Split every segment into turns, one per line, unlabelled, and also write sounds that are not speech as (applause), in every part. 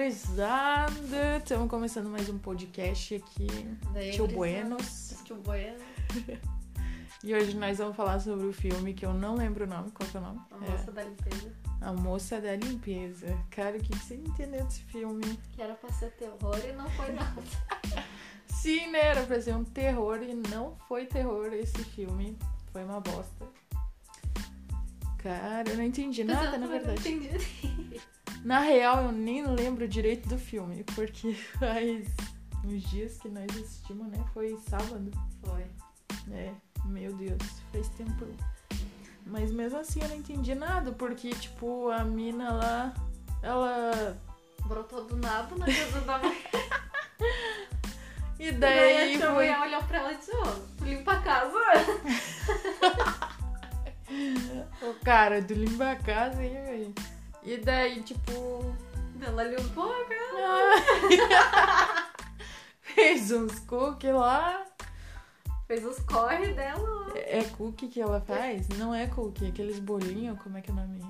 gurizada! Estamos começando mais um podcast aqui,
Daí,
Tio
gurizada.
Buenos.
Tio Bueno.
E hoje nós vamos falar sobre o filme que eu não lembro o nome, qual que é o nome?
A moça da limpeza.
É, A Moça da Limpeza. Cara, o que que você entendeu desse filme?
Que era pra ser terror e não foi nada.
Sim, né? Era pra ser um terror e não foi terror esse filme. Foi uma bosta. Cara, eu não entendi
(laughs)
nada, na
Eu não
verdade.
entendi.
Na real, eu nem lembro direito do filme, porque (laughs) faz uns dias que nós assistimos, né? Foi sábado.
Foi.
É, meu Deus, faz tempo. Mas mesmo assim eu não entendi nada, porque, tipo, a mina lá, ela.
Brotou do nada na casa da mãe.
E
Daí
(laughs) daí.
a tia
Foi...
mulher olhou pra ela e disse, ô, tu limpa a casa?
O cara do limpa a casa, hein, velho? E daí, tipo. (laughs)
Ela limpou a casa.
Ah. Fez uns cookies lá. Ah.
Fez os corre dela.
É é cookie que ela faz? Não é cookie, é aqueles bolinhos, como é que é o nome?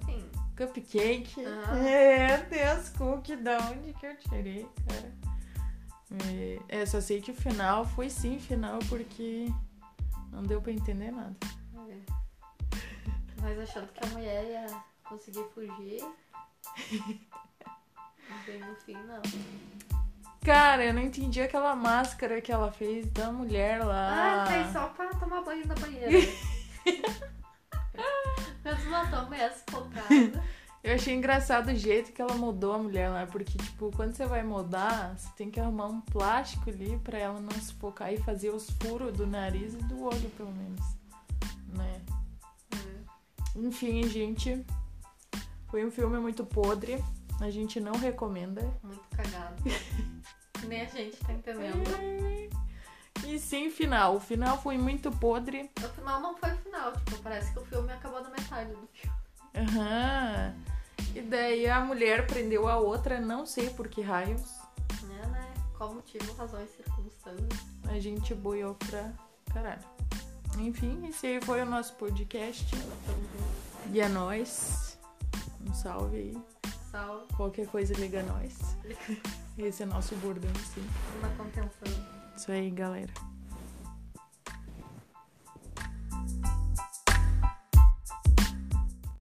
Enfim.
Cupcake?
Ah.
É, Deus, cookie, da onde que eu tirei, cara? E- É, só sei que o final foi sim final, porque não deu pra entender nada.
É. Nós achando que a mulher ia conseguir
(laughs)
fugir. Bem no fim, não.
Cara, eu não entendi aquela máscara que ela fez da mulher lá.
Ah, fez só pra tomar banho na (laughs) banheira. Mas matou a mulher sufocada.
Eu achei engraçado o jeito que ela moldou a mulher lá, porque, tipo, quando você vai moldar, você tem que arrumar um plástico ali pra ela não sufocar e fazer os furos do nariz e do olho, pelo menos. Né? Enfim, gente, foi um filme muito podre. A gente não recomenda.
Muito cagado. Nem a gente tá entendendo.
E sim, final. O final foi muito podre.
O final não foi o final, tipo, parece que o filme acabou na metade do filme.
Aham. E daí a mulher prendeu a outra, não sei por que raios.
Né, né? Qual motivo, razão e circunstância.
A gente boiou pra caralho. Enfim, esse aí foi o nosso podcast.
então,
E é nóis. Um salve aí.
Salve
Qualquer coisa liga nós. Esse é nosso bordão, sim.
na contenção.
Isso aí, galera.